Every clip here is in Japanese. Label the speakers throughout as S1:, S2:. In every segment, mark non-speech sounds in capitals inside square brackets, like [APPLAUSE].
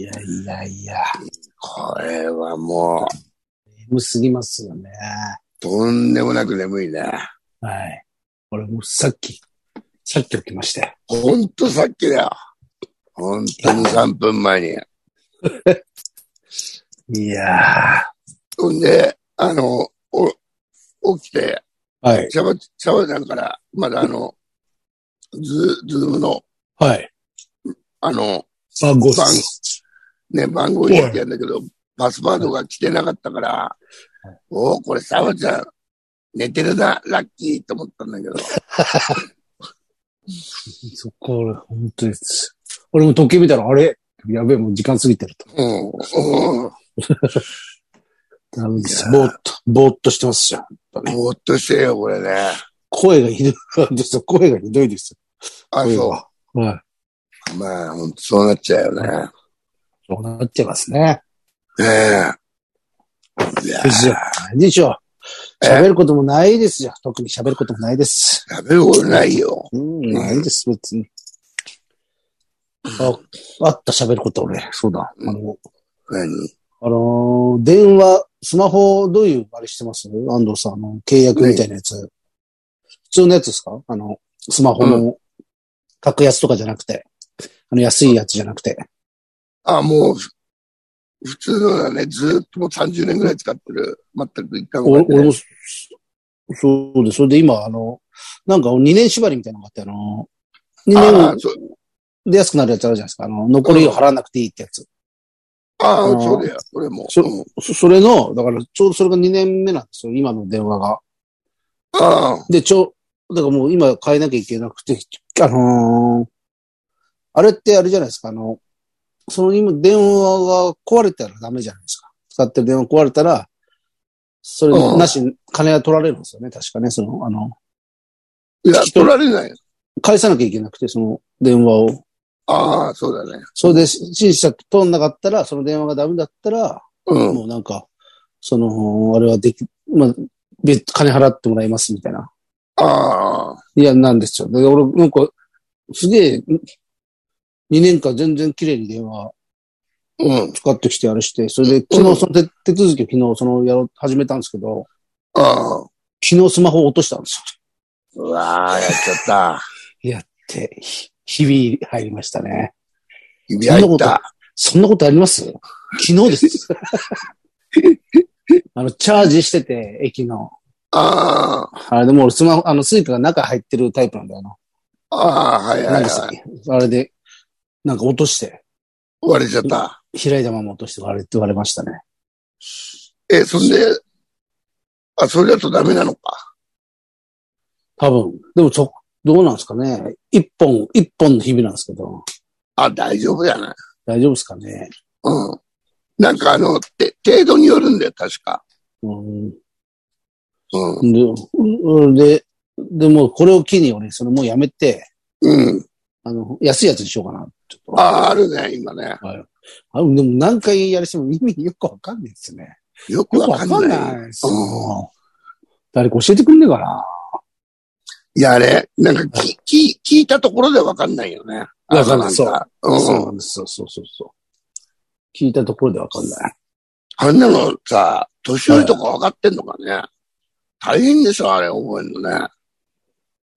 S1: やいや、
S2: これはもう、
S1: 眠すぎますよね。
S2: とんでもなく眠いね。
S1: はい。俺もさっき、さっき起きましたよ。
S2: ほんとさっきだよ。ほんとに3分前に。
S1: いや
S2: ほんで、あの、お起きて、
S1: ー。はい。
S2: シャバ、シャバちゃんから、まだあの、ズ、ズームの、
S1: はい。
S2: あの、
S1: 番号
S2: 番ね、番号入れてやんだけど、パスワードが来てなかったから、おお、これシャバちゃん、寝てるな、ラッキーと思ったんだけど、
S1: そこ、俺、本当です。俺も時計見たら、あれやべえ、もう時間過ぎてると。
S2: うん、うん、
S1: ダメです。ぼーっと、ぼーっとしてますよ。
S2: ぼーっとしてよ、これね。
S1: 声がひどい。ですよ声がひどいです
S2: あ、
S1: 声
S2: そ
S1: がよ。はい。
S2: う。まあ、ほんとそうなっちゃうよね。
S1: そうなっちゃいますね。
S2: ねえ。いや、
S1: ですよ。ないでしょう。
S2: え
S1: 喋ることもないですよ。特に喋ることもないです。
S2: 食べることないよ。
S1: うん、ないです、別に。あ、あった喋ること、俺。そうだ。あの、
S2: 何
S1: あのー電話、スマホ、どういうあれしてます安藤さん、あの、契約みたいなやつ。普通のやつですかあの、スマホの、格安とかじゃなくて、あの、安いやつじゃなくて。
S2: あ、もう、ふ普通のだね、ずーっともう30年ぐらい使ってる。全く一回も
S1: お
S2: 買ってな
S1: 俺
S2: い。
S1: も、そそうです。それで今、あの、なんか2年縛りみたいなのがあって、あの、2
S2: ああ、そう、
S1: 年で安くなるやつあるじゃないですか。あの、残りを払わなくていいってやつ。
S2: ああ、
S1: うん
S2: そうだよ。俺も。
S1: そ
S2: うん
S1: そそれの、だから、ちょうどそれが2年目なんですよ、今の電話が。
S2: ああ、
S1: で、ちょ、だからもう今変えなきゃいけなくて、あのーあれってあれじゃないですか、あの、その今電話が壊れたらダメじゃないですか。使ってる電話壊れたら、それ
S2: うん
S1: なし、金が取られるんですよね、確かね、その、あの、
S2: いや、取られないよ。
S1: 返さなきゃいけなくて、その電話を。
S2: ああ、そうだね。
S1: それで、審査通んなかったら、その電話がダメだったら、
S2: うん。
S1: もうなんか、その、あれはでき、まあ、別、金払ってもらいますみたいな。
S2: ああ、
S1: いや、なんですよ。で、俺、なんか、すげえ、2年間全然綺麗に電話
S2: うん。
S1: 使ってきてあれして、それで昨日その手手続きを昨日そのやろう、始めたんですけど、
S2: ああ。
S1: 昨日スマホを落としたんです
S2: うわあ、やっちゃった。
S1: よ。で、ひ日々入りましたね。
S2: 指
S1: そんな
S2: 入
S1: こ
S2: っ
S1: と
S2: た。、
S1: そんなことあります昨日です。 [LAUGHS] あの、チャージしてて、駅の。
S2: ああ、
S1: あれでも俺スマホ、あの、スイカが中入ってるタイプなんだよな。
S2: ああ、はいは
S1: ないんです
S2: はい。
S1: あれで、なんか落として、
S2: 割れちゃった。
S1: 開いたまま落として割れて割れましたね。
S2: え、そんで、あ、それだとダメなのか。
S1: 多分。でもそ、どうなんですかね。一本、一本の日々なんですけど、
S2: あ、大丈夫じゃない。
S1: 大丈夫ですかね。
S2: うん。なんかあの、て、程度によるんだよ、確か。
S1: うん。で
S2: うん。、
S1: うんで、でもこれを機に俺、それもうやめて、
S2: うん。
S1: あの、安いやつにしようかな。ちょっと。
S2: ああ、あるね、今ね。
S1: はい。あでも何回やりしても意味よくわかんないですね。
S2: よく
S1: よくわ
S2: わか
S1: か
S2: ん
S1: ん
S2: ない。
S1: ないですよ
S2: う
S1: 誰か教えてくんねえかない
S2: や、あれ、なんかき、き、聞いたところでわかんないよね。
S1: わかんない
S2: あのんかう。
S1: そうんなんですよ。そうそうそう。聞いたところでわかんない。
S2: あんなのさ、年寄りとかわかってんのかね。大変でしょ、あれ、覚えるのね。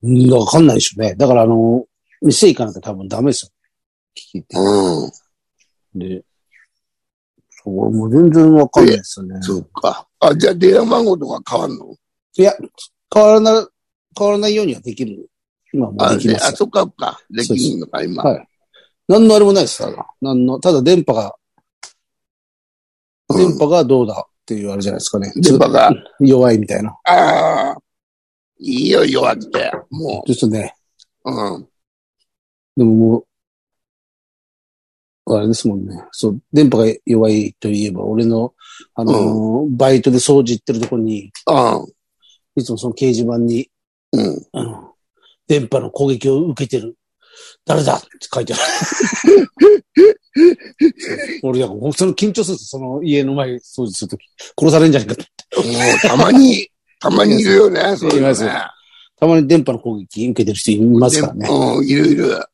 S1: うん、わかんないでしょうね。だからあの、店行かなきゃ多分ダメですよ。聞いて。
S2: うん。
S1: で、そう、もう全然わかんないですよね。
S2: そっか。あ、じゃあ電話番号とか変わんの
S1: いや、変わらな、変わらないようにはできる。今も
S2: あ、
S1: うでき
S2: で
S1: ま
S2: あ、
S1: す
S2: そっか、そっか。できんのか、今。
S1: よ。はい。何のあれもないです、ただ。何の、ただ電波が、
S2: うん
S1: 電波がどうだっていうあれじゃないですかね。
S2: 電波が、
S1: 弱いみたいな。
S2: ああ、いいよ、弱くて。も
S1: ちょっとね、
S2: う、うん。
S1: でももう、あれですもんね。そう、電波が弱いといえば、俺の、あのーバイトで掃除行ってるところに、いつもその掲示板に、
S2: うん。うん。
S1: あの、電波の攻撃を受けてる。誰だって書いてある。 [LAUGHS] 俺、だから、その緊張するんですよ。その家の前掃除するとき。殺されんじゃないかと。
S2: もう、たま
S1: [LAUGHS]
S2: に、たまにいるよね、そういうの
S1: いますよ
S2: ね。
S1: たまに電波の攻撃受けてる人いますからね。
S2: でうん、いるいる。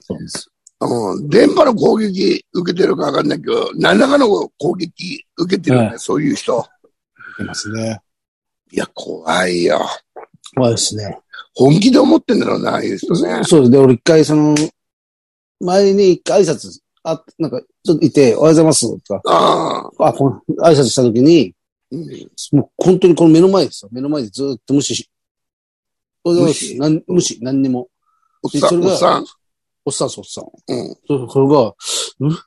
S1: そうです。
S2: うん、電波の攻撃受けてるかわかんないけど、何らかの攻撃受けてるね、
S1: は
S2: そういう人。
S1: いますね。
S2: いや、怖いよ。
S1: 怖いですね。
S2: 本気で思ってんだろうな、ああいう人ね。
S1: そうです。で、俺一回その、前に一回挨拶、あ、なんか、ちょっといて、おはようございます、とか、
S2: ああ。
S1: あ、この挨拶した時に、
S2: うん
S1: もう本当にこの目の前ですよ。目の前でずっと無視し、おはようございます
S2: 無視
S1: なん無視、何にも。
S2: おっさ
S1: そ
S2: ん、
S1: れが
S2: おっさん。
S1: おっさんそう、おっさん。
S2: うん。
S1: そそれが、うん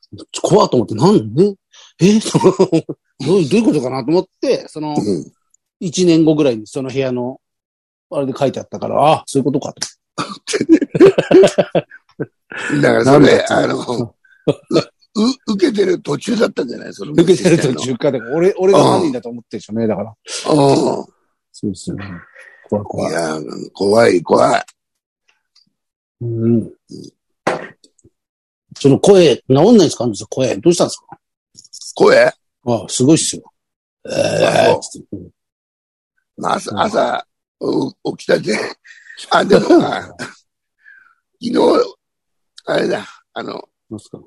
S1: 怖っと思って、なんでえ [LAUGHS] どういうどういうことかなと思って、その、
S2: うん
S1: 一年後ぐらいにその部屋の、あれで書いてあったから、あ、そういうことかと。
S2: だか
S1: な
S2: らそ
S1: んだ
S2: れ
S1: っ、て
S2: あの、
S1: [LAUGHS]
S2: う、う受けてる途中だったんじゃないその
S1: 抜けてる途中から、だから [LAUGHS] 俺、俺が犯人だと思ってるでしょうね、だから。
S2: 中。
S1: そうですよね。怖い
S2: うん。
S1: 怖
S2: い
S1: い。
S2: や、怖い、怖い。
S1: うん。その声、治んないんですかあの人声。どうしたんですか
S2: 声
S1: あすごいっすよ。え
S2: あ
S1: え
S2: まあ、朝、朝、う起きたぜ。 [LAUGHS] あ、でもな、昨日、あれだ、あの、
S1: どうですか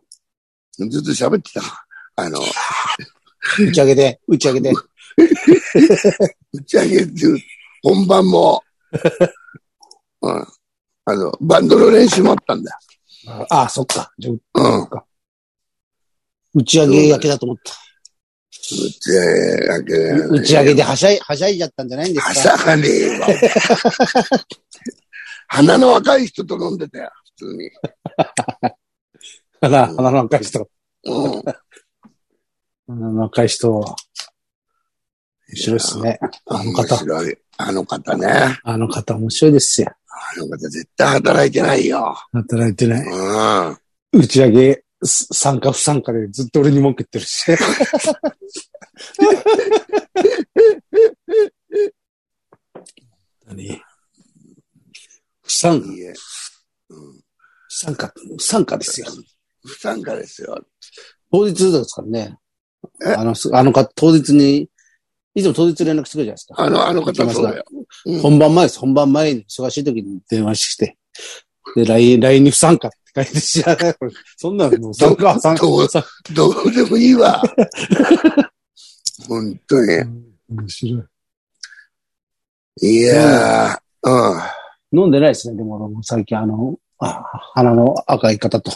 S2: ずっと喋ってた。あの、
S1: 打ち上げで、打ち上げで。
S2: 打ち上げっていう本番も、 [LAUGHS] うん。あの、バンドの練習もあったんだ。
S1: ああ、そっか。じゃあ
S2: うん。
S1: 打ち上げ焼けだと思った。
S2: 打ち上げだけね、
S1: 打ち上げではしゃい、はしゃいじゃったんじゃないんです
S2: は
S1: か
S2: しゃがねえわ。 [LAUGHS] 鼻の若い人と飲んでたよ、普通に。
S1: 鼻、鼻の赤い人。
S2: うん。
S1: 鼻の赤い人は。面白いっすね。あの方
S2: 面白い。あの方ね。
S1: あの方面白いですよ。
S2: あの方絶対働いてないよ。
S1: 働いてな
S2: う
S1: い。
S2: ん。
S1: 打ち上げ、す参加不参加でずっと俺に文句言ってる
S2: [LAUGHS]
S1: し。何不参
S2: いいえ。うん。
S1: 不参加、不参加ですよ。
S2: 不参加ですよ。
S1: 当日ですからね。
S2: え
S1: あの、すあのか、当日に、いつも当日連絡してくるじゃないですか。
S2: あの、あの方そうだよ。うん
S1: 本番前です。本番前に忙しい時に電話してきて。で、LINE、LINE に不参加って書いて知らない。そんなのもう参加、参
S2: どう
S1: 加。
S2: どうでもい
S1: [LAUGHS]
S2: いわ。本当に。
S1: 面白い。
S2: いやー。うん。
S1: 飲んでないですね。でも俺も最近あの、あ鼻の赤い方と。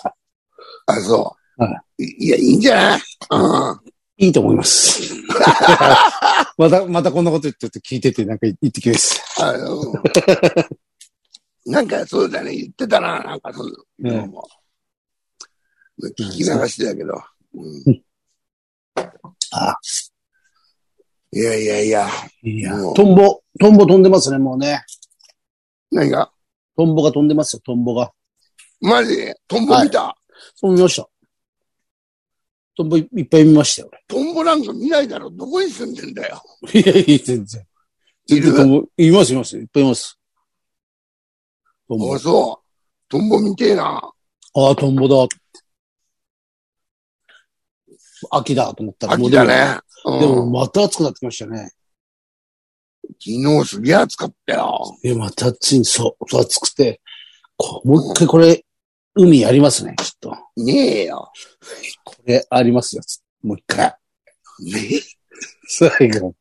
S2: あ、そう。
S1: はい
S2: や、いいんじゃないうん。
S1: いいと思います。 [LAUGHS] また、またこんなこと言ってると聞いててなんか言ってきます。
S2: あの、なんかそうだね、言ってたな、なんかその、
S1: ええ
S2: もう聞き流してたけど。うん
S1: うんあ
S2: いやいやいや、
S1: い
S2: や
S1: トンボ、トンボ飛んでますね、もうね。
S2: 何が
S1: トンボが飛んでますよ、トンボが。
S2: マジでトンボ見た、
S1: 飛びました。トンボいいっぱい見ましたよ、俺
S2: トンボなんか見ないだろどこに住んでんだよ。
S1: いやいや、全然。
S2: いる
S1: トンボいます、います。いっぱいいます。トンボ
S2: あ、。そう。トンボ見てえな。
S1: ああ、トンボだ。秋だと思ったら。も
S2: 秋
S1: うで
S2: だ
S1: も
S2: ね。うん、
S1: でも、また暑くなってきましたね。
S2: 昨日すげえ暑かったよ。
S1: え、また暑い、そう、暑くて。こうもう一回これ、海やりますね、ちょっと。
S2: ねえよ。
S1: これ、ありますよ。もう一回。
S2: ね
S1: 最後。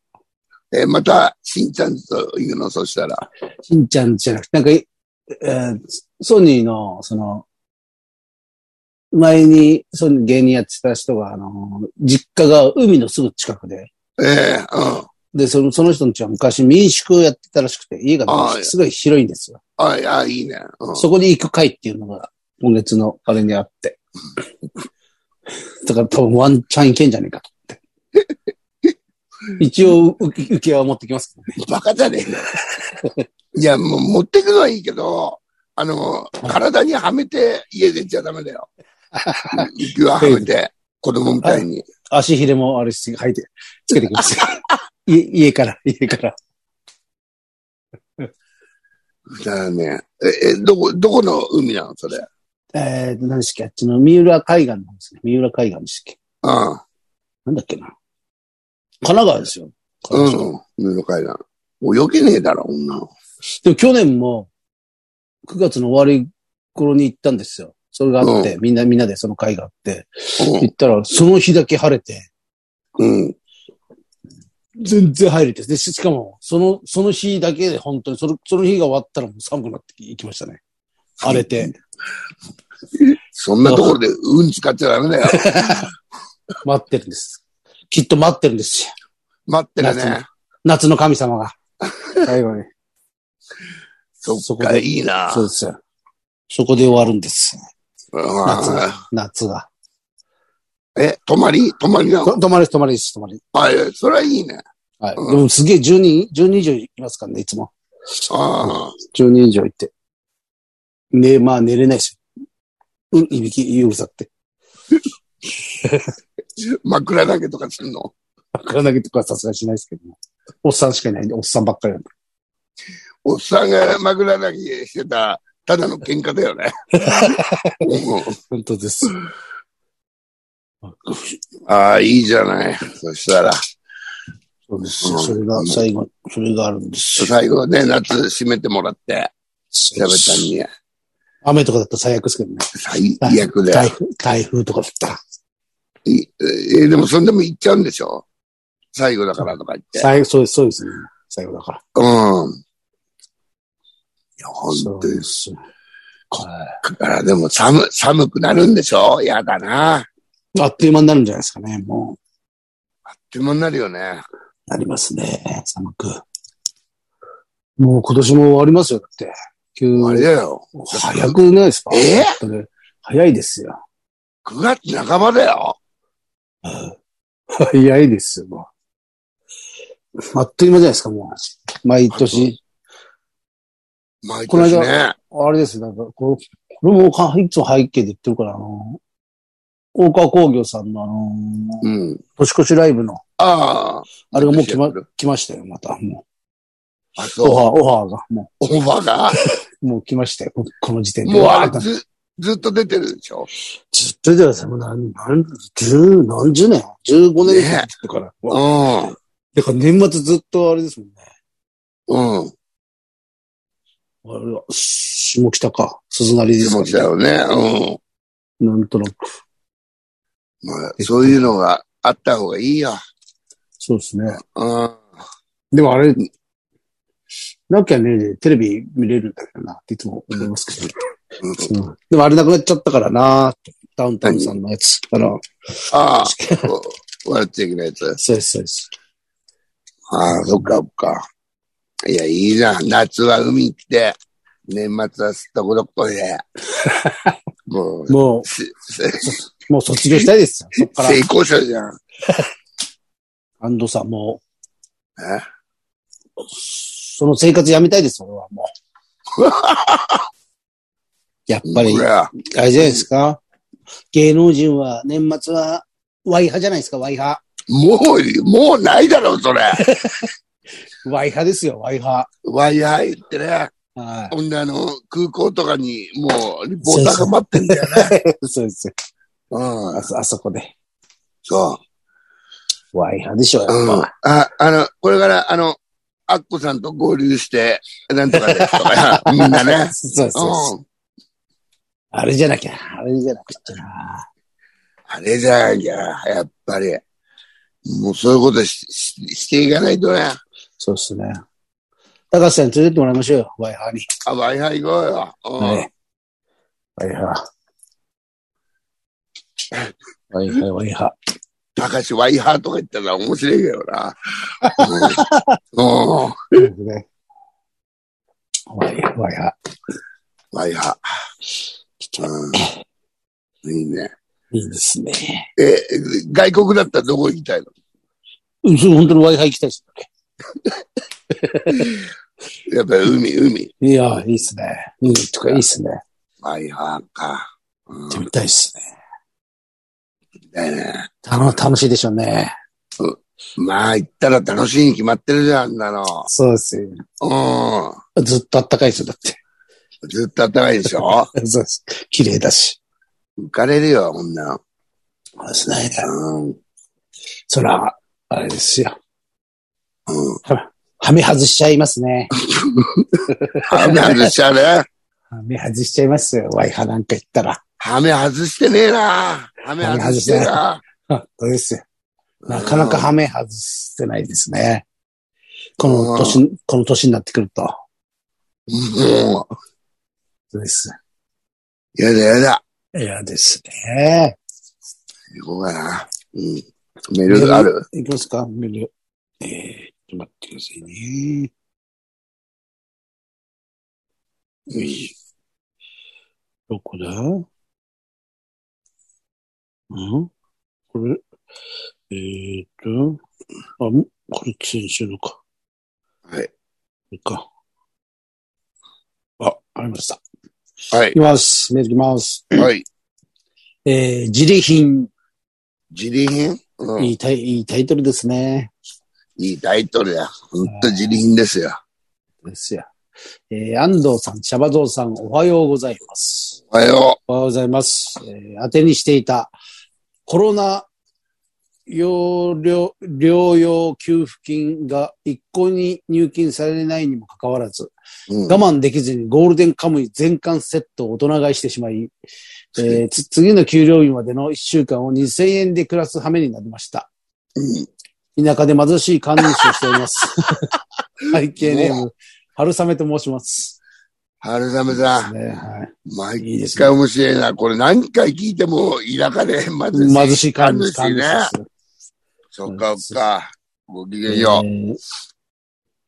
S2: え。え、また、しんちゃんと行くの、そしたら。
S1: しんちゃんじゃなくて、なんか、えーソニーの、その、前に、ソニー芸人やってた人が、あの、実家が海のすぐ近くで、
S2: ええうん。
S1: で、その、その人の家は昔民宿をやってたらしくて、家が
S2: ああ
S1: すごい広いんですよ。
S2: ああ、いいね。うん
S1: そこに行く会っていうのが、今月のあれにあって。 [LAUGHS] だから多分ワンチャンいけんじゃねえかと
S2: [LAUGHS]
S1: 思って。一応、受け、受けは持ってきますけどね。
S2: バカじゃねえの [LAUGHS] いや、もう持ってくのはいいけど、あの、体にはめて家出ちゃダメ
S1: [LAUGHS]
S2: だよ。雪ははめて、子供みたいに。
S1: 足ひれもあれし、履いて、つけてきます。
S2: [LAUGHS]
S1: 家、家から、家から。
S2: だね。え、え、どこ、どこの海なのそれ。うん。
S1: えーと、何でしたっけあっちの三浦海岸なんですね。三浦海岸でしたっけなんだっけな。神奈川ですよ。神奈川
S2: うん。海の階段。泳げねえだろ、女。
S1: でも去年も、9月の終わり頃に行ったんですよ。それがあって、みんな、みんなでその会があって、行ったら、その日だけ晴れて、
S2: うん。うん。
S1: 全然入れて、で、ししかも、その、その日だけで本当に、その、その日が終わったらもう寒くなっていきましたね。荒れて。
S2: そんなところで運使っちゃダメ
S1: [LAUGHS]
S2: だよ。
S1: 待ってるんです。きっと待ってるんですよ。
S2: 待ってるね。
S1: 夏の神様が。最後に。
S2: そ
S1: そ
S2: っ
S1: こ
S2: か、
S1: で
S2: いいな。
S1: そうですよ。そこで終わるんです。夏
S2: うん
S1: が。夏が。
S2: え、泊まり泊まりなの
S1: と泊まりです、泊まりです、泊まり。
S2: はい、それはいいね。
S1: はい。
S2: うん
S1: でもすげえ10人、10人以上いますからね、いつも。
S2: あ
S1: 10人以上いて。ねまあ寝れないし。うん、いびき、うるさくて。
S2: あ、 [LAUGHS] 枕投げとかするの。
S1: 枕投げとかはさすがにしないですけども。おっさんしかいないんで、おっさんばっかりなんで。
S2: おっさんが枕投げしてた、ただの喧嘩だ
S1: [LAUGHS]
S2: よね。うん
S1: 本当です。
S2: ああ、いいじゃない。そしたら、
S1: そうですよ。それが最後、それがあるんですよ。
S2: 最後ね、夏締めてもらって、
S1: そう
S2: 喋
S1: で
S2: ったん
S1: す
S2: に、
S1: 雨とかだったら最悪ですけどね。
S2: 最悪だ
S1: 台
S2: よ。
S1: 風、台風とかだったら。
S2: いえでも、それでも行っちゃうんでしょ最後だからとか言って。
S1: 最後、そうです、そうですね。最後だから。
S2: うん。いや、
S1: そ
S2: 本
S1: う
S2: 当に
S1: で。すよ。はい
S2: あでも寒、寒くなるんでしょやだな。あっ
S1: あっという間になるんじゃないですかね、もう。
S2: という間になるよね。
S1: なりますね。寒く。もう今年も終わりますよ、だって。急
S2: あれだよ。
S1: 早くないですか
S2: え
S1: 本当に早いですよ。
S2: 9月半ばだよ。
S1: 早いですよ、もう。あっという間じゃないですか、もう。毎年。
S2: 毎
S1: この
S2: 年ね
S1: 間。あれですよ、なんか、これこれもかいつも背景で言ってるから、あの、大川工業さんのあの、
S2: うん。
S1: 年越しライブの、
S2: ああ。
S1: あれがもう決ま
S2: る。
S1: 来ましたよ、また。も
S2: あ、
S1: う、オフ
S2: そう。
S1: ァー、オファーが、も
S2: オファー [LAUGHS] が、
S1: う、もう来ましたよ、ここの時点で。
S2: もう
S1: わー
S2: あ
S1: って
S2: れず、ずっと出てるでしょ。
S1: ずっとじゃないですか。もう何、何、十、何十年 ?15 年
S2: ね
S1: ぐらいだから。
S2: う
S1: わ
S2: ん。
S1: だから年末ずっとあれですもんね。
S2: うん。
S1: あれは、下北か。鈴なりで
S2: です
S1: か
S2: も
S1: ら
S2: 来たよね。う
S1: ね。なんとなく。
S2: ん。まあ、そういうのがあった方がいいよ。
S1: そうですね。
S2: うん。
S1: でもあれ、なきゃね、テレビ見れるんだけどな、っていつも思いますけど。うんでもあれなくなっちゃったからな、ダウンタウンさんのやつ。あの、
S2: ああ。笑っちゃいけないやつ。
S1: そうです、そうです。
S2: ああ、そっか、そっか。いや、いいじゃん。夏は海行って、年末はすっとこどっこい [LAUGHS] で。もう、
S1: も
S2: せせ
S1: う、もう卒業したいですよ。そっから。
S2: 成功者じゃん。
S1: 安藤さん、も
S2: え
S1: う、その生活やめたいです、俺はもう。やっぱり
S2: これ、は、
S1: あれじゃないですか。芸能人は年末はワイ派じゃないですか、ワイ派。
S2: もう、もうないだろう、そ [LAUGHS] れ。
S1: ワイ派ですよ、ワイ派。
S2: ワイハイってね。
S1: は
S2: ほんで、あの、空港とかに、もう、リポーターが待ってんだよね。
S1: い。 [LAUGHS] [LAUGHS] そうですよ
S2: うん
S1: あ。そ。あそこで。
S2: そ
S1: ワイ派でしょ、やっ
S2: う。うん。
S1: ぱ。。
S2: あ、あの、これから、あの、アッコさんと合流して、なんとかですとか、みんな
S1: [LAUGHS] そう
S2: ね
S1: ですそうです
S2: うん。
S1: あれじゃなきゃ、あれじゃなくちゃな。
S2: あれじゃんや、やっぱり。もうそういうことしししていかないとね。
S1: そうですね。高橋さんに連れてってもらいましょうよ、ワイ派に。
S2: あ、ワイハイ行こうよ。うん
S1: はい。ワイ派。ワイ派、ワイ派。
S2: 高橋ワイハーとか言ったら面白いけどな。うんうん
S1: そうですねワイ派、ワイ派。
S2: ワイハー。うんいいね。
S1: いいですね。
S2: え、外国だったらどこ行きたいの
S1: うん、そう本当に Wi-Fi 行きたいです
S2: やっぱり海、海。
S1: ね。いや、いいっすね。うん、とかいいっすね。
S2: ワイハーか。う
S1: 行
S2: ん
S1: ってみたいっすね。
S2: だよね。
S1: 楽、楽しいでしょうね。
S2: まあ行ったら楽しいに決まってるじゃん、あんなの。
S1: そうですよ。
S2: う
S1: ずっと暖かいですよ、だっ
S2: ん。ずっと暖かいでしょ [LAUGHS]
S1: て。 [LAUGHS] そうです。綺麗だし。
S2: 浮かれるよ、こんなの。
S1: そうですね。
S2: うん。うん。
S1: そら、あれですよ。はめ外しちゃいますね。
S2: 雨外しちゃうね。
S1: はめ外しちゃいますよ。Wi-Fi なんか行ったら。
S2: ハメ外してねえな。ハメ外してねえな。
S1: あそうですよ。なかなかハメ外してないですね。この
S2: う
S1: 年、この年になってくると。
S2: もう、
S1: そうです。
S2: やだやだ。
S1: いやですね。
S2: 行こうかな。うん。メールある
S1: いきますかメール。えー、ちょっと待ってくださいね。よし。どこだんこれ、えーと、あ、んこれ先週のか。
S2: はい。
S1: いいか。あ、ありました。
S2: はい
S1: いき。ます。メールいきます。
S2: はい。
S1: えー、自利品。
S2: 自利品うん。
S1: いいタイいいタイトルですね。
S2: いいタイトルや。ほんと自利品ですよ。
S1: ですよ。えー安藤さん、シャバゾウさん、おはようございます。
S2: おはよ
S1: おはようございます。えー当てにしていたコロナ療療療養給付金が一向に入金されないにもかかわらず、
S2: う。うん
S1: 我慢できずにゴールデンカムイ全巻セットを大人買いしてしまい、えーつ次の給料日までの1週間を2000円で暮らす羽目になりました。
S2: うん
S1: 田舎で貧しい管理士をしており [LAUGHS] ます。背景ネーム、春雨と申します。
S2: 春雨さん、
S1: ねはいいい
S2: 毎
S1: ですね
S2: 回面白いな。これ何回聞いても田舎でまず
S1: 貧しい管理士。
S2: 管
S1: 管理
S2: 理ね
S1: 士ですよ
S2: そっかそっか。ごきげんよ
S1: えー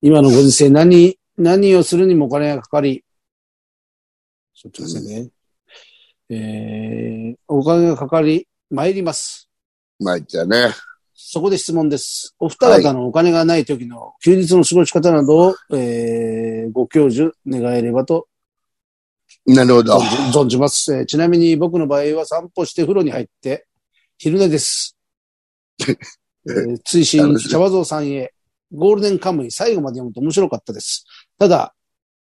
S1: 今のご時世、何、何をするにもお金がかかり、ちょっと待ってね。えーお金がかかり、参ります。
S2: う。まいったね。
S1: そこで質問です。お二方のお金がない時の休日の過ごし方などを、えーご教授願えればと
S2: なるほど。
S1: 存じ存じます、えーちなみに僕の場合は散歩して風呂に入って、昼寝
S2: [LAUGHS]
S1: です。えー追伸、茶和蔵さんへ、ゴールデンカムイ最後まで読むと面白かったです。ただ、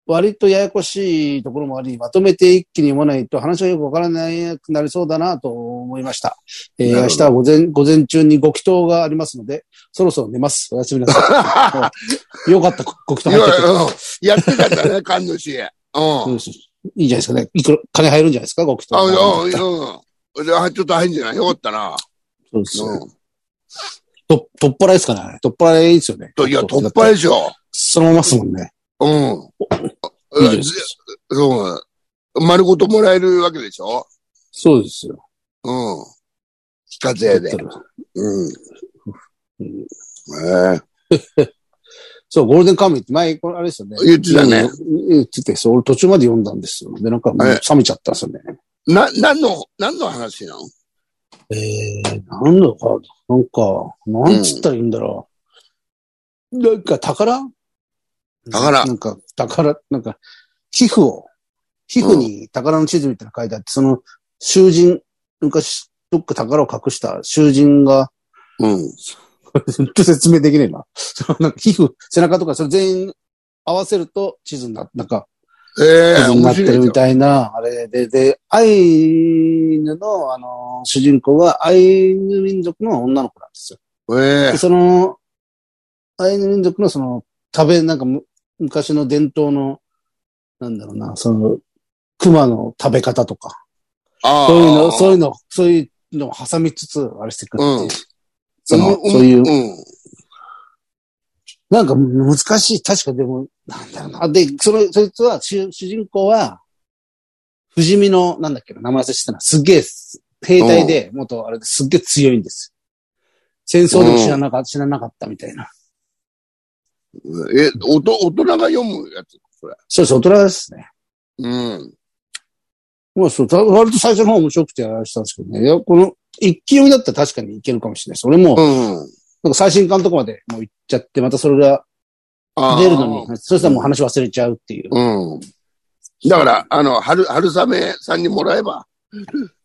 S1: 割とややこしいところもあり、まとめて一気に読まないと話がよくわからなくなりそうだなと思いました。えー
S2: な
S1: 明
S2: るほど
S1: 日は午前、午前中にご祈祷がありますので、そろそろ寝ます。おやすみなさ
S2: [LAUGHS]
S1: い。よかった、ごご祈祷
S2: い
S1: 入
S2: や
S1: っちゃって。
S2: [LAUGHS] やってたんだ
S1: [LAUGHS]
S2: ね、神主。うん。
S1: うんいいじゃないですかね。いくら、金入るんじゃないですか、ご祈
S2: あ、
S1: 祷。
S2: うん、うん。じゃあ、ちょっと入んじゃないよかったな。
S1: そうです
S2: うん。
S1: と、取っ払いですかね取っ払いですよね。
S2: といや、突破でしょ。
S1: そのままっすもんね。
S2: うん。
S1: いい
S2: うん
S1: じゃないですか
S2: そう。丸ごともらえるわけでしょ
S1: そうですよ。
S2: うん。非課税で。うん。
S1: うん
S2: ええ
S1: そう、ゴールデンカムイって前、これあれですよね。
S2: 言ってたね
S1: うん。言ってて、そう、俺途中まで読んだんですよ。で、なんかもう
S2: え
S1: 冷めちゃったんですよね。
S2: な、何の、何の話なの
S1: えー、なんだか、なんか、なんつったらいいんだろう。なんか宝
S2: 宝
S1: なんか、宝、なんか、皮膚を、皮膚に宝の地図みたいなの書いてあって、その、囚人、昔、どっか宝を隠した囚人が、
S2: うん。
S1: ずっと [LAUGHS] 説明できねえな。 [LAUGHS] そのなんか皮膚、背中とか、それ全員合わせると地図にななんか、
S2: ええ
S1: 地図にな
S2: 面
S1: って
S2: 白い
S1: る
S2: じゃ
S1: み
S2: ん。
S1: たいな、あれで、で、アイヌの、あの、主人公はアイヌ民族の女の子なんですよ。
S2: え
S1: でその、アイヌ民族のその、食べ、なんかむ昔の伝統の、なんだろうな、その、熊の食べ方とか、
S2: ああ
S1: そういうの、そういうの、そういうのを挟みつつ、あれしてくっていう。
S2: うん
S1: その、
S2: ん
S1: そういう
S2: う、ん。
S1: なんか難しい。確かでも、なんだろうな。で、その、そいつは、主主人公は、不死身の、なんだっけな、名前忘れしてたな。すっげえ、兵隊で、元、あれですっげえ強いんです。戦争でも死ななか死ななかったみたいな。
S2: え、おと、大人が読むやつ。
S1: そうです、大人ですね。
S2: うん。
S1: まあそう、た割と最初の方面白くてやられてたんですけどね。いや、この、一気読みだったら確かにいけるかもしれないです。俺も、
S2: うん。
S1: なんか最新刊とかまでもう行っちゃって、またそれが
S2: ああ
S1: 出るのに、そしたらもう話忘れちゃうっていう。
S2: うん。だから、あの、春、春雨さんにもらえば。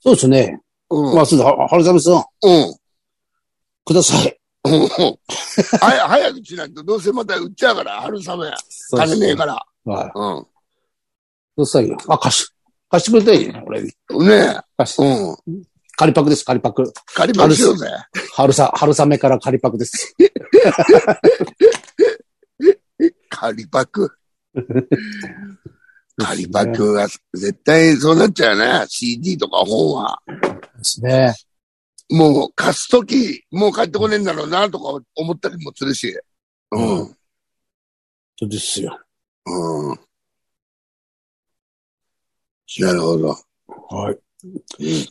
S1: そうですね。
S2: うん。
S1: まあ、そうです。は春雨さん、
S2: うん。
S1: ください。
S2: うん [LAUGHS] はや早くしないと、どうせまた売っちゃうから、春雨。
S1: そう
S2: 金ねえから。
S1: はい。
S2: う
S1: どうしたらいいよ。あ、貸し、貸してくれたらいいね、俺に。
S2: ん。ね
S1: 貸し
S2: え。、うん。
S1: 仮パクです、仮パク。
S2: 借りましようぜ。
S1: 春さ、春雨から仮パク [LAUGHS] です。
S2: 借りパク。仮パクは絶対そうなっちゃうよね。CD とか本は。
S1: ですね。
S2: もう貸すとき、もう帰ってこねえんだろうなとか思ったりもするし。うん。
S1: そうですよ。
S2: うん。なるほど。
S1: はい。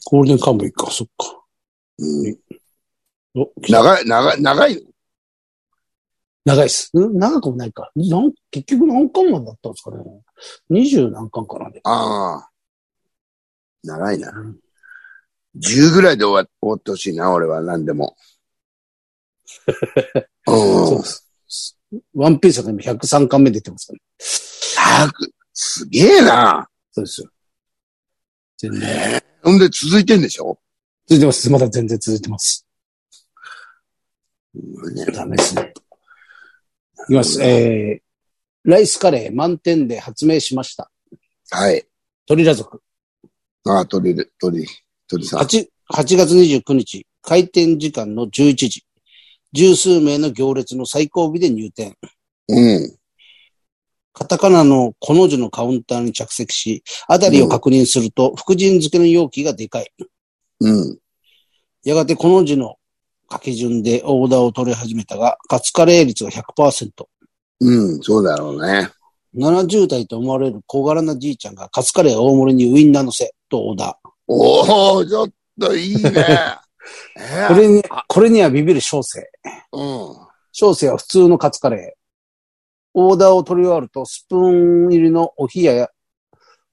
S1: ゴールデンカムイか、そっか。
S2: うん、
S1: お
S2: 長い、長い、長いよ。
S1: 長いっす。うん長くもないか。なん結局何巻までだったんですかね。二十何巻かなんで。
S2: ああ。長いな
S1: うん。
S2: 10ぐらいで終わ終わってほしいな、俺は何で
S1: [LAUGHS]
S2: も。う
S1: そ
S2: ん
S1: う。です。ワンピースが今103巻目出てますからね。
S2: 100すげえな。
S1: そうですよ。全然。
S2: ねえほんで続いてんでしょ
S1: 続いてます。まだ全然続いてます。ダメですね。いきます。えー、ライスカレー満点で発明しました。
S2: はい。
S1: トリラ族。
S2: ああ、鳥で、鳥、鳥さん。
S1: 8, 8月29日、開店時間の11時。十数名の行列の最後尾で入店。
S2: うん。
S1: カタカナのこの字のカウンターに着席し、あたりを確認すると、福神漬けの容器がでかい。
S2: うん。
S1: やがてこの字の掛け順でオーダーを取り始めたが、カツカレー率が100%。
S2: うん。そうだろうね。
S1: 70代と思われる小柄なじいちゃんがカツカレー大盛りにウインナー乗せとオーダ
S2: おおちょっといい
S1: [LAUGHS]
S2: ね。え
S1: ー。
S2: え
S1: これに、これにはビビる小生。
S2: うん。
S1: 小生は普通のカツカレー。オーダーを取り終わると、スプーン入りのおひやや、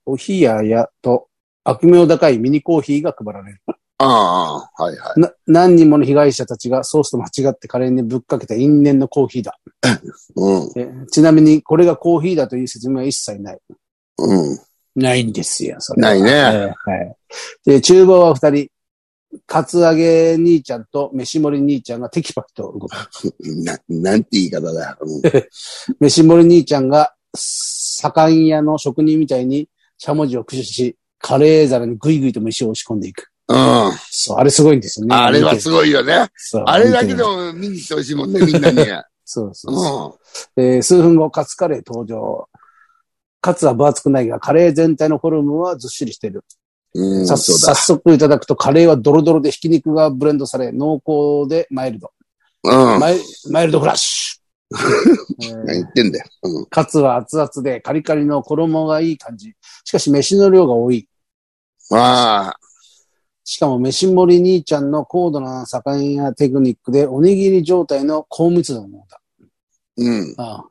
S1: おひややと、悪名高いミニコーヒーが配られる。
S2: ああ、はいは
S1: な何人もの被害者たちがソースと間違ってカレーにぶっかけた因縁のコーヒーだ。
S2: い。うん。
S1: えちなみに、これがコーヒーだという説明は一切ない。
S2: うん。
S1: ないんですよ、それは
S2: ないね。
S1: えーはい。で、厨房は二人、カツアゲ兄ちゃんと飯盛り兄ちゃんがテキパキと動く。
S2: な、なんて言い方だ。うん
S1: 飯盛り兄ちゃんが、左官屋の職人みたいに、しゃもじを駆使し、カレー皿にぐいぐいと飯を押し込んでいく。
S2: うん。
S1: そう、あれすごいんですよね。
S2: あれはすごいよね。
S1: そう
S2: あれだけで
S1: 見てる
S2: も見に来てほしいもん
S1: [LAUGHS]
S2: ね、みんなに。
S1: そうそうそう。
S2: う
S1: えー数分後、カツカレー登場。カツは分厚くないが、カレー全体のフォルムはずっしりしている。
S2: ん。うん、
S1: さ
S2: そう
S1: 早速いただくと、カレーはドロドロでひき肉がブレンドされ、濃厚でマイルド。
S2: だ。うん。
S1: マイマイルドフラッ
S2: [LAUGHS]
S1: シュ、え
S2: 何
S1: ー
S2: 言ってんだよ。うん。
S1: カツは熱々でカリカリの衣がいい感じ。しかし飯の量が多い。
S2: ああ、
S1: しかも飯盛り兄ちゃんの高度な盛んやテクニックでおにぎり状態の高密度のだ。
S2: うん。
S1: ああ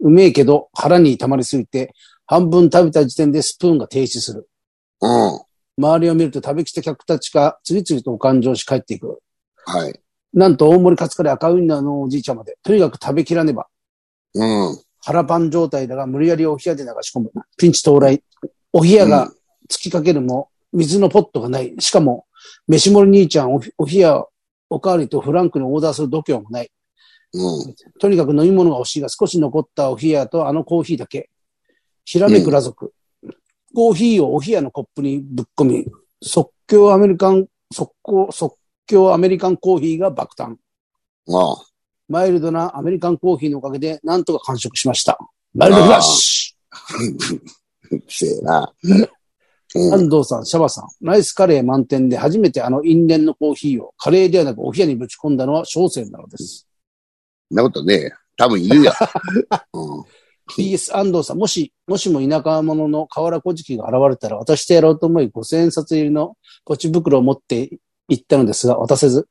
S1: うめえけど腹に溜まりすぎて半分食べた時点でスプーンが停止する。
S2: うん。
S1: 周りを見ると食べきした客たちが次々とお勘定し帰っていく。
S2: はい。
S1: なんと大盛りカツカレー赤ウインナーのおじいちゃんまで。とにかく食べきらねば。
S2: うん。
S1: 腹パン状態だが無理やりお冷やで流し込む。ピンチ到来。お冷やが突きかけるも、水のポットがない。しかも、飯盛り兄ちゃんおひ、お冷や、おかわりとフランクにオーダーする度胸もない。
S2: うん。
S1: とにかく飲み物が欲しいが少し残ったお冷やとあのコーヒーだけ。ひらめく羅族。コーヒーをお冷やのコップにぶっ込み、即興アメリカン、即興、即興アメリカンコーヒーが爆誕。
S2: あ
S1: マイルドなアメリカンコーヒーのおかげで、なんとか完食しました。マイルドフラッシ
S2: うっせえな。
S1: ュ
S2: うん。
S1: 安藤さん、シャバさん、ナイスカレー満点で初めてあの因縁のコーヒーをカレーではなくお冷やにぶち込んだのは小生なのです。
S2: そんなことねえよ。多分
S1: [LAUGHS]
S2: いるよ。うん。
S1: PS 安藤さん、もし、もしも田舎者の河原小じきが現れたら渡してやろうと思い5000円札入りのポチ袋を持って行ったのですが、渡せず、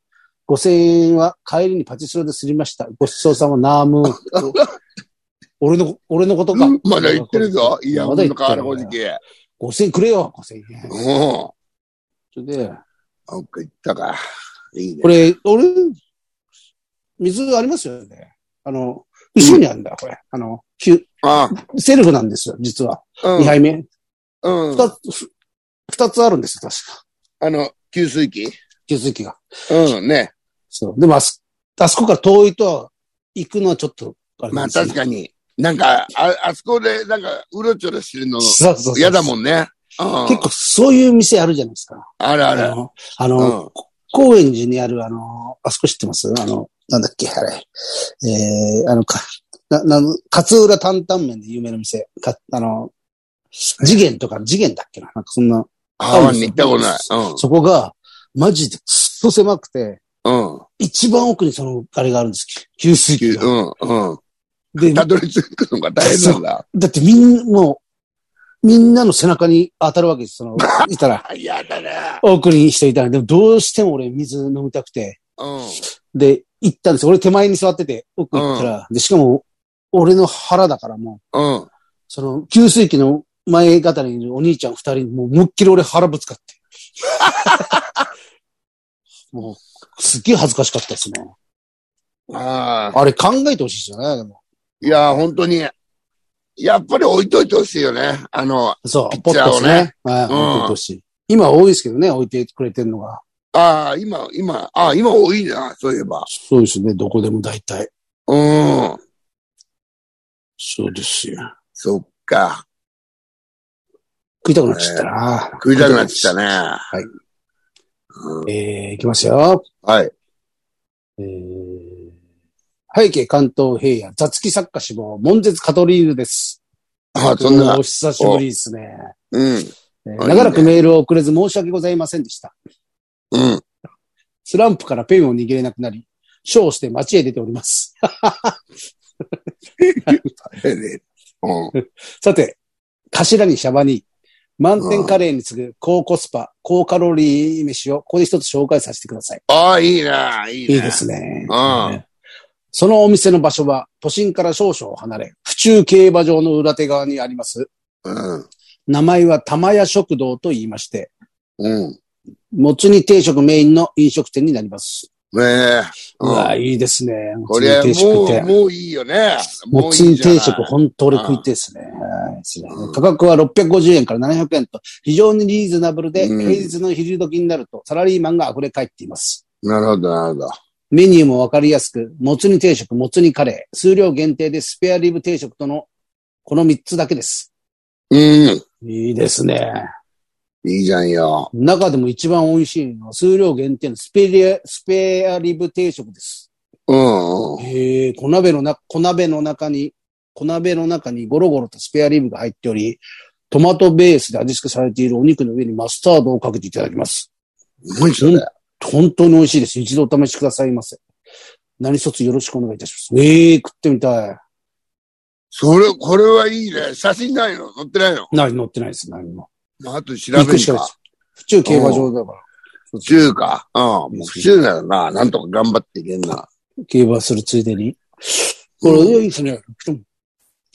S1: 5000円は帰りにパチスロですりました。ごちそうさま、ナームーン。
S2: [LAUGHS]
S1: 俺の、俺のことか。
S2: まだ言ってるぞ。いや、
S1: ま
S2: ほん
S1: だ言
S2: の
S1: ってる
S2: 変わるほじき。うん。
S1: 5000円くれよ、5000円。それで、
S2: なんか言ったか。いいね
S1: こ。れ、俺、水ありますよね。あの、後ろにあるんだ、これ。あの、きゅ
S2: あ
S1: セルフなんですよ、実は。
S2: あ、
S1: 二杯目。
S2: うん。うん
S1: 二。つ、ふ二つあるんですよ、確か。
S2: あの、給水器
S1: 気づきが。
S2: うん、ね。
S1: そう。でも、あそ、あそこから遠いと、行くのはちょっと、あれな
S2: まあ
S1: んですよ
S2: 確かに。なんか、あ、あそこで、なんか、うろちょろしてるの、
S1: そうそうそう
S2: 嫌だもんね。うん。
S1: 結構、そういう店あるじゃないですか。
S2: あるあ
S1: あ
S2: る。
S1: の、あ
S2: う
S1: の、
S2: ん。
S1: 高円寺にある、あの、あそこ知ってますあの、なんだっけ、あれ。えー、あの、か、な、なの、勝浦担々麺で有名な店。か、あの、次元とか、次元だっけななんかそんな、
S2: ハワイに行ったことない。
S1: そこが、マジでくっそ狭くて、
S2: うん。うん。
S1: 一番奥にその、あれがあるんです。給水器が。
S2: うん。う
S1: で
S2: ん。、たどり着くのが大変なんだ。
S1: だってみん、もう、みんなの背中に当たるわけです。その、い
S2: [LAUGHS]
S1: たら、
S2: あ、嫌だね。
S1: 奥にしていたら、でもどうしても俺水飲みたくて、
S2: うん。
S1: で、行ったんですよ。俺手前に座ってて、奥行ったら、で、しかも、俺の腹だからもう、
S2: うん。
S1: その、給水器の前方にいるお兄ちゃん二人にもう思いっきり俺腹ぶつか
S2: [LAUGHS]
S1: って。もう、すっげえ恥ずかしかったですね。
S2: ああ。
S1: あれ考えてほしいですよね、でも。
S2: いや、本当に。やっぱり置いといてほしいよね。あの、
S1: そ
S2: ピ
S1: う、
S2: ッ
S1: ポ
S2: チ
S1: ッ
S2: ャー
S1: トで
S2: を
S1: す
S2: ね
S1: ね。はい、
S2: ん
S1: 置いてほしい。今多いですけどね、置いてくれてるのが。
S2: ああ、今、今、ああ、今多いな、そういえば。
S1: そうですね、どこでも大体。
S2: うん。
S1: そうですよ。
S2: そっか。
S1: 食いたくなっちゃったな。
S2: 食いたくなってきたね。
S1: い
S2: うん
S1: えー、いきますよ。
S2: はい。
S1: えー、背景関東平野、雑木作家志望、門絶カトリールです。
S2: あそんな
S1: お。久しぶりですね。
S2: うん。
S1: え
S2: あ
S1: ー長らくメールを送れず申し訳ございませんでした。
S2: うん。 [LAUGHS]
S1: スランプからペンを握れなくなり、賞して街へ出ております。 [LAUGHS]
S2: ええねうん。
S1: さて、頭にシャバに、満点カレーに次ぐ高コスパ、高カロリー飯をここで一つ紹介させてください。
S2: ああ、いいな、いいな。
S1: いいで。すね。
S2: うん
S1: そのお店の場所は都心から少々離れ、府中競馬場の裏手側にあります。
S2: うん。
S1: 名前は玉屋食堂と言いまして、
S2: うん。
S1: もつ煮定食メインの飲食店になります。
S2: ねえ。
S1: う
S2: うん
S1: わ、いいですね。も
S2: こ
S1: つ煮
S2: れ
S1: 定食
S2: も
S1: って
S2: う、もういいよね。
S1: も
S2: う
S1: つ
S2: いい
S1: 煮
S2: じゃない
S1: 定食、本当俺食いてえですね。はいですね価格は650円から700円と、非常にリーズナブルで、
S2: うん
S1: 平日の昼時になると、サラリーマンが溢れ返っています。
S2: なるほど、なるほど。
S1: メニューもわかりやすく、もつ煮定食、もつ煮カレー、数量限定でスペアリブ定食との、この3つだけです。
S2: うん。
S1: いいですね。
S2: いいじゃんよ。
S1: 中でも一番美味しいのは、数量限定のスペリアスペアリブ定食です。
S2: うん。うん
S1: へえ、小鍋のな、小鍋の中に、小鍋の中にゴロゴロとスペアリブが入っており、トマトベースで味付けされているお肉の上にマスタードをかけていただきます。
S2: 何それ
S1: 本当に美味しいです。一度お試しくださいませ。何卒よろしくお願いいたします。ええ食ってみたい。
S2: それ、これはいいね。写真ないの載ってないの
S1: 何乗ってないです、何も。
S2: あと調べ
S1: 行
S2: る
S1: くしかないで
S2: か。
S1: す。府中競馬場だか
S2: 普通か。うん。もう普通ならな。なんとか頑張っていけ
S1: [LAUGHS]
S2: んな。
S1: ら、競馬するついでに。こ
S2: うん
S1: れ、いいですね。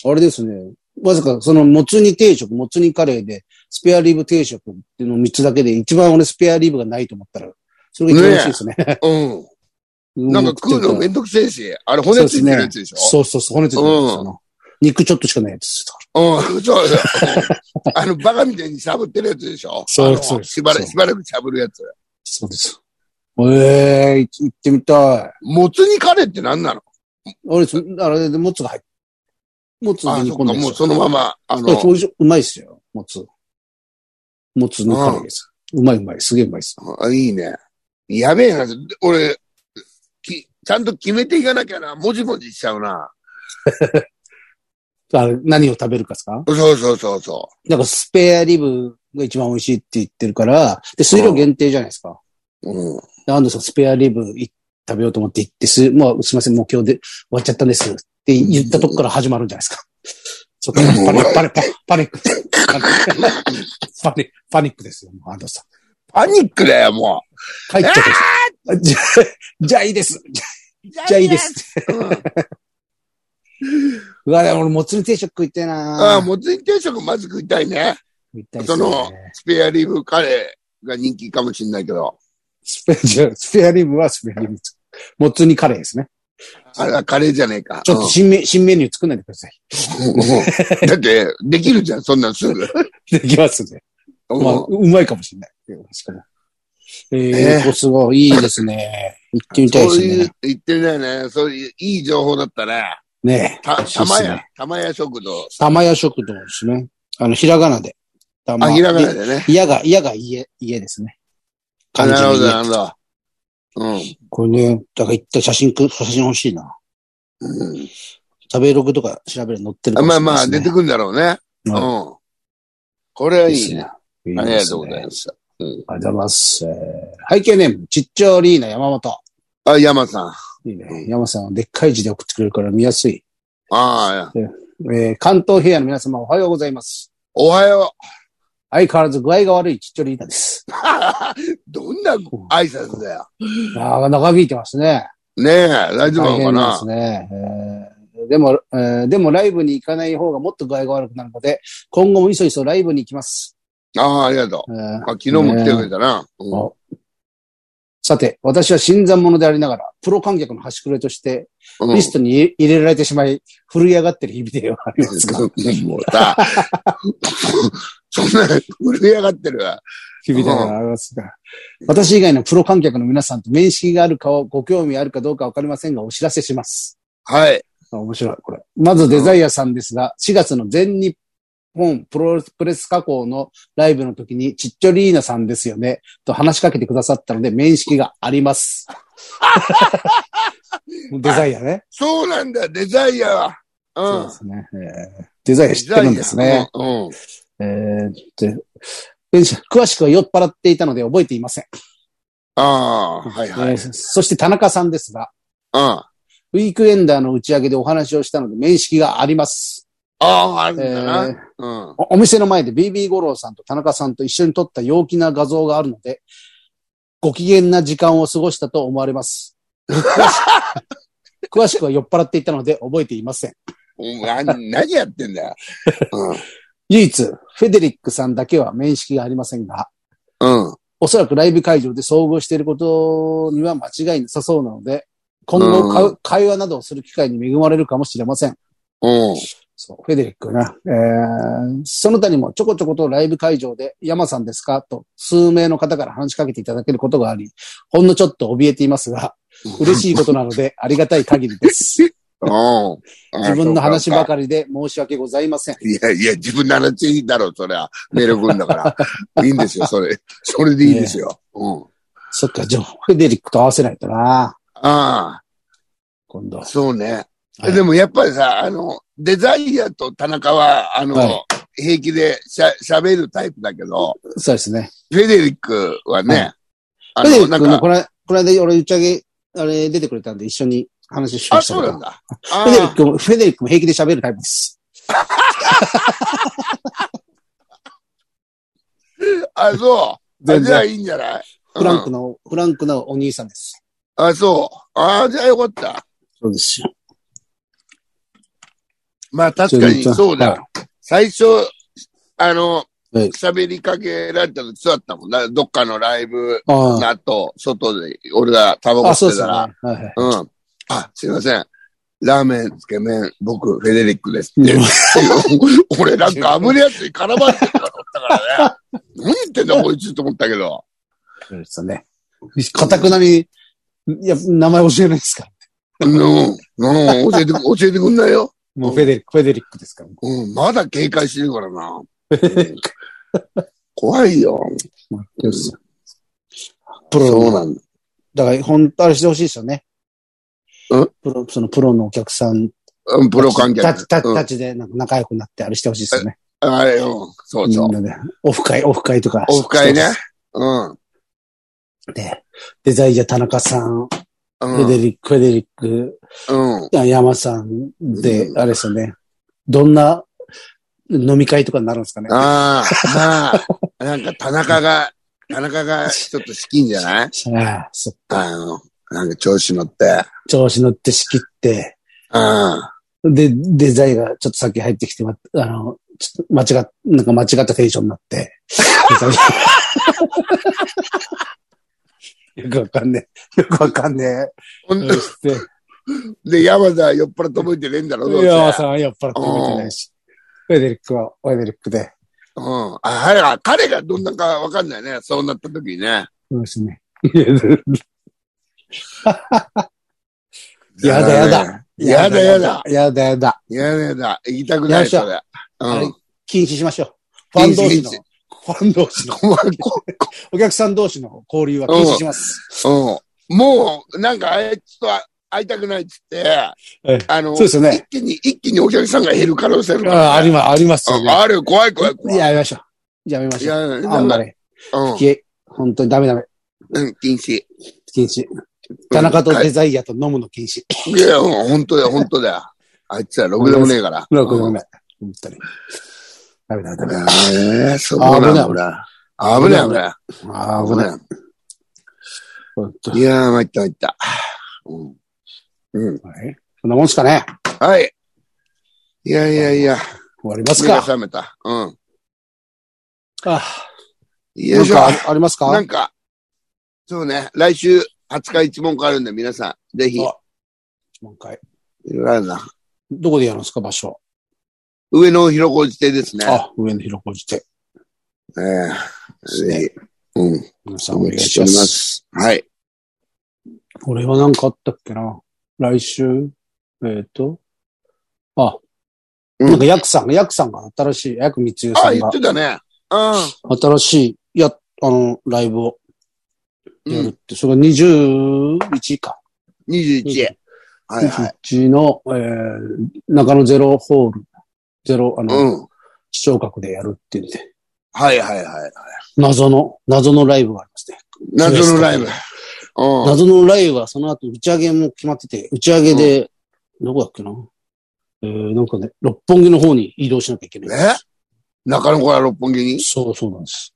S1: あれですね。まさか、その、もつ煮定食、もつ煮カレーで、スペアリブ定食っていうの3つだけで、一番俺スペアリブがないと思ったら、それが一番美味しいですね。
S2: うん。
S1: う
S2: なんか食うのめんどくせえし。あれ骨ついてるやつでしょ
S1: そうそうそう、骨ついてるやつ、
S2: うん
S1: あの肉ちょっとしかないやつとか。
S2: うん、そうそう。あの、バカみたいにしゃぶってるやつでしょ
S1: そう
S2: あの
S1: そう
S2: しばら
S1: そう
S2: しばらくしゃぶるやつ。
S1: そうです。ええー、行ってみたい。
S2: もつ煮カレーって何なの
S1: 俺、そあれで、もつが入って。もつに
S2: あそ
S1: 煮
S2: っ
S1: 込
S2: か、
S1: んでるん
S2: もう
S1: ですよ
S2: そのまま、あの、
S1: そうそううまいっすよ、もつ。もつのカレーです。うまいうまい、すげえうまいっす。
S2: あいいね。やべえな、俺、き、ちゃんと決めていかなきゃな、もじもじしちゃうな。
S1: あれ何を食べるかですか
S2: そうそうそうそ
S1: なんかスペアリブが一番美味しいって言ってるから、で、数量限定じゃないですか。
S2: う。うん。
S1: で安藤さん、スペアリブい食べようと思って行って、す、もうすいません、もう今日で終わっちゃったんですって言ったとこから始まるんじゃないですか。そっからパニック、パニック、パニック、パニック、パニック、パニックですよ、もう安藤さん。
S2: パニックだよ、も
S1: 帰っちゃったじゃあ、じゃあいいです。じゃ
S2: う。
S1: あじゃあいいで。す。
S2: うん、
S1: うわ、俺もつ煮定食食いたいな
S2: ああ、もつ煮定食まず食いたいね。
S1: 食いたいっす
S2: そ
S1: よ
S2: の
S1: ね。、
S2: スペアリブカレーが人気かもしれないけど、
S1: スペじゃあスペアリブはスペアリブ。もつ煮カレーですね。
S2: あれはカレーじゃねえか。
S1: ちょっと新メ,、新メニュー作んないでください。 [LAUGHS]
S2: うん [LAUGHS] だって、できるじゃん、そんなんすぐ。
S1: できますね。まあ、うまいかもしれない。確かに。え
S2: ね
S1: ー、すごい、いいですね。行ってみたいで
S2: そう
S1: す
S2: いう
S1: ね。、
S2: 言ってみたいね。そういう、いい情報だったね。
S1: ねえ。
S2: た、
S1: そう
S2: た
S1: っ
S2: ます
S1: ね
S2: や、たまや食堂。
S1: 玉屋食堂ですね。あの、ひらがなで。玉
S2: あ、ひらがな
S1: で。
S2: でね。
S1: いやが、いやが家、家ですね。
S2: あなるほど、な
S1: 家
S2: るほど。うん。
S1: これね、だから行った写真く、写真欲しいな。
S2: うん
S1: 食べログとか調べるの載ってる
S2: あ
S1: かもし
S2: まあ
S1: れない
S2: まあ、
S1: で
S2: 出
S1: すね
S2: てくるんだろうね。う
S1: は
S2: ん。これはい
S1: で
S2: い
S1: す
S2: ね。
S1: ね。
S2: あ
S1: いい
S2: り
S1: ですね
S2: がとうございま。す。
S1: ありがとうございます。えー背景ネーム、ちっちゃリーナ山本。
S2: あ、山さん。あ
S1: いいね。山さんはでっかい字で送ってくれるから見やすい。
S2: あ、
S1: えー関東平野の皆様おはようございます。
S2: おはよ
S1: 相変わらず具合が悪いちっちゃリーナです。
S2: う。 [LAUGHS] どんな挨拶だよ。
S1: ああ、長引いてますね。
S2: ねえ、大丈夫なのか
S1: 大
S2: な
S1: 変ですね。えーでも、えーでもライブに行かない方がもっと具合が悪くなるので、今後もいそいそライブに行きます。
S2: ああ、ありがとう。
S1: えー
S2: あ昨日も来てくれたな。うん
S1: あさて、私は新参者でありながら、プロ観客の端くれとして、
S2: うん
S1: リストに入れ入れられてしまい、震え上がってる日々ではありますが、
S2: もうさ、 [LAUGHS] そんな、震え上がってるわ。
S1: 日々ではありますが、私以外のプロ観客の皆さんと面識があるかをご興味あるかどうかわかりませんが、お知らせします。
S2: はい。
S1: あ面白い、これ。まずデザイアさんですが、4月の全日本プロレス加工のライブの時に、ちっちょリーナさんですよね、と話しかけてくださったので、面識があり
S2: [LAUGHS]
S1: ます。デザイアね。
S2: そうなんだ、デザイアは。う
S1: そうんで。すね。えーデザイア知ってるんですね。
S2: うん。うん
S1: えーでで詳しくは酔っ払っていたので覚えていません。
S2: ああ、はいは
S1: え
S2: い。
S1: ーそして田中さんですが、
S2: あ
S1: ウィークエンダーの打ち上げでお話をしたので面識があります。
S2: あー、あるん
S1: え
S2: だ
S1: ー
S2: な。うん。
S1: おお店の前で BB 五郎さんと田中さんと一緒に撮った陽気な画像があるので、ご機嫌な時間を過ごしたと思われ
S2: [LAUGHS]
S1: ます。詳しく詳しくは酔っ払っていたので覚えていません。
S2: お前何やってんだよ。
S1: 唯一、フェデリックさんだけは面識がありませんが、
S2: うん。うん。
S1: おそらくライブ会場で遭遇していることには間違いなさそうなので、今後か、
S2: う
S1: 会話などをする機会に恵まれるかもしれません。
S2: うん。
S1: そう、フェデリックな。えー、その他にもちょこちょことライブ会場で、山さんですかと数名の方から話しかけていただけることがあり、ほんのちょっと怯えていますが、嬉しいことなの
S2: [LAUGHS]
S1: でありがたい限りです。
S2: うん。
S1: 自分の話ば
S2: り。
S1: かりで申し訳ございません。
S2: いやいや、自分の話いいだろう、それは。メール文
S1: [LAUGHS]
S2: だから。いいんですよ、それ。それでいいですよ。うん。
S1: そっか、じゃあフェデリックと合わせないとな。
S2: あ
S1: 今度
S2: あ、。そうね。
S1: はい
S2: でもやっぱりさ、あの、デザイアと田中は、あの、
S1: は
S2: 平気でしゃ喋るタイプだけど、
S1: そうですね。
S2: フェデリックはね、
S1: フェデリ
S2: あの、な
S1: ッ
S2: ん
S1: クの
S2: か、
S1: これ、これで俺打ち上げ、あれ出てくれたんで一緒に話しま
S2: あ、
S1: した
S2: そう
S1: け
S2: なん
S1: ど。
S2: だ。
S1: フェデリ
S2: あ
S1: ックも、フェデリックも平気で喋るタイプです。
S2: ーあ、そう。あ
S1: 全
S2: じゃあ
S1: 然。
S2: いいんじゃない
S1: フランクの、フランクのお兄さんです。
S2: うんあ、そう。あじゃあよかった。
S1: そうですよ。
S2: まあ確かにそうだ。
S1: はい
S2: 最初、あの、
S1: はい
S2: 喋りかけられた時そうだったもんな。どっかのライブ
S1: あ
S2: の後、外で俺がタバ
S1: あ。
S2: コ
S1: あ、そう
S2: 吸っ
S1: で
S2: て
S1: す
S2: た
S1: よね。
S2: ら、
S1: はいはい。
S2: うん。あ、すいません。ラーメン、つけ麺、僕、フェデリックです
S1: [LAUGHS]
S2: って。俺なんか危ねえやつに絡まれてるからからね。
S1: [LAUGHS]
S2: 何言ってんだこいつと思ったけど。
S1: そうですよね。かたくなに、いや、名前教えないですから。
S2: うん、うん、教えて、教えてくんないよ。
S1: もうフェデリック、フェデリックですから。
S2: うん、まだ警戒してるから
S1: [LAUGHS]
S2: な。うん怖いよ。
S1: プ
S2: そ
S1: ロ、
S2: うなんだ。
S1: だから、本当あれしてほしいですよね。
S2: ん
S1: プロ、そのプロのお客さん。
S2: うん、プロ観客。
S1: たち、た
S2: うん
S1: たちでなんか仲良くなってあれしてほしいですよね。
S2: あれよ、そうそう
S1: み。んなで。オフ会、オフ会とか。
S2: オフ会ね。うん。
S1: で、デザイア田中さん、
S2: う
S1: フェ
S2: ん。
S1: デリック、フェデリック、
S2: うん。
S1: 山さんで
S2: う、ん
S1: あれですよね。どんな飲み会とかになるんですかね。
S2: ああ、まあ、なんか田中が、田中がちょっと好きんじゃない
S1: ああ、そっか。
S2: あの、なんか調子乗って。
S1: 調子乗って仕切って、
S2: あ
S1: で、デザインがちょっと先入ってきて、ま、あの、ちょっと間違っ、なんか間違ったテンションになって。デザインよくわかんねえ。よくわかんねえ。
S2: あ。
S1: そして、
S2: で、山田は酔っ払って覚えてねえんだろ、どうせ。
S1: 岩尾さんは酔っ払って見てないし、フェデリックはフェデリックで、
S2: うん。あ、彼が、彼がどんなんかわかんないね。そうなった時にね。
S1: そうですね。やだやだ。
S2: やだやだ。。
S1: やだやだ。
S2: やだやだ。行きたくない、それ。う
S1: あれ
S2: ん。
S1: 禁止しましょう。ファン同士の
S2: 禁止禁、
S1: ファン同士の、
S2: お前こ
S1: お客さん同士の交流は禁止します。
S2: うん。もう、なんか、あいつとは会いたくないっつって、
S1: え
S2: あの、
S1: そうですよね。
S2: 一気に、一気にお客さんが減る可能性あるから
S1: ああります、ありますよね。
S2: あある、怖い怖い怖い。
S1: いや、やりましょやめま
S2: い
S1: しょう。
S2: や、
S1: あんまり。
S2: うん
S1: 消え。本当にダメダメ。
S2: うん、禁止。
S1: 禁止。田中とデザイアと飲むの禁止。
S2: いや、うん本当だよ、本当だよ。あいつら、ろくでもね
S1: [LAUGHS]
S2: えから。
S1: ごめんごめん。本当に。ダメダメダメ。
S2: ええ、そうなんだ、
S1: 危
S2: ほら。危ない、危ない。
S1: あー危ない。
S2: い。
S1: 本当
S2: い
S1: に。
S2: やー、参った、参った。うん。うん。
S1: はいそんなもんすかね。
S2: はい。いやいやいや、
S1: 終わります
S2: 目が
S1: か。
S2: 覚めた。うん。
S1: あー
S2: よ
S1: ないん
S2: しょ。
S1: かああります
S2: な
S1: か
S2: んか、そうね、来週20日一問があるんで、皆さん、ぜひ、い
S1: あもう一回。
S2: ろいろあるな。
S1: どこでやるんですか、場所は。
S2: 上野広小路邸ですね。
S1: あ、上野広小路で。
S2: ええぜひ、うん、
S1: 皆さん
S2: お
S1: お願い
S2: 待ちし
S1: して
S2: お
S1: ま。
S2: りますす。はい。
S1: これはなんかあったっけな来週、えっ、と、あ、
S2: うん
S1: なんかヤクさん、ヤクさんが新しい、ヤク光代さ
S2: あ、
S1: ん
S2: 言
S1: が
S2: ってたね。う
S1: 新しい、や、あの、ライブを
S2: ん。
S1: や
S2: う
S1: るっ
S2: ん、
S1: て、それが21か。
S2: 21。はいはい。
S1: 21の、えー、中野ゼロホール、ゼロ、あの、
S2: うん。
S1: 視聴覚でやるっていうんで、
S2: はいはいはい。
S1: 謎の、謎のライブがありますね。
S2: 謎のライブ。うん。
S1: 謎のライブはその後打ち上げも決まってて、打ち上げで、どこだっけなえー、なんかね、六本木の方に移動しなきゃいけない。
S2: え中野から六本木に
S1: そうそうなんです。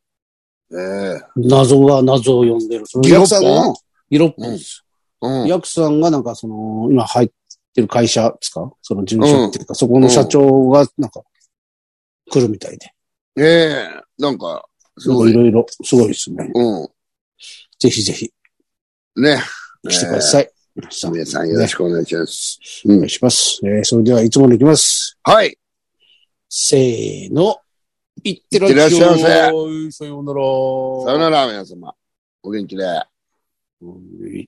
S2: ええ。
S1: 謎が謎を呼んでる。その
S2: ギロ
S1: ヤ
S2: ッ
S1: ク
S2: ポン
S1: さんの、ギロッポンです。
S2: うん。
S1: ヤクさんがなんかその、今入ってる会社ですかその事務所っていうか、そこの社長がなんか、来るみたいで。
S2: ええ。なんか、す
S1: なん
S2: ご
S1: かい
S2: い。
S1: ろいろ、すごいですね。
S2: う
S1: ぜひぜひ、
S2: ん。ね。
S1: 来てください。皆さん
S2: 皆さんよろしくお願いします。
S1: お願いします。えー、それではいつものいきます。
S2: はい。
S1: せーの。いってらっ
S2: いってらっ
S1: し
S2: しゃ
S1: ゃ
S2: いま
S1: い。さ
S2: せ
S1: ようなら。
S2: さよなら、皆様。お元気で。
S1: はい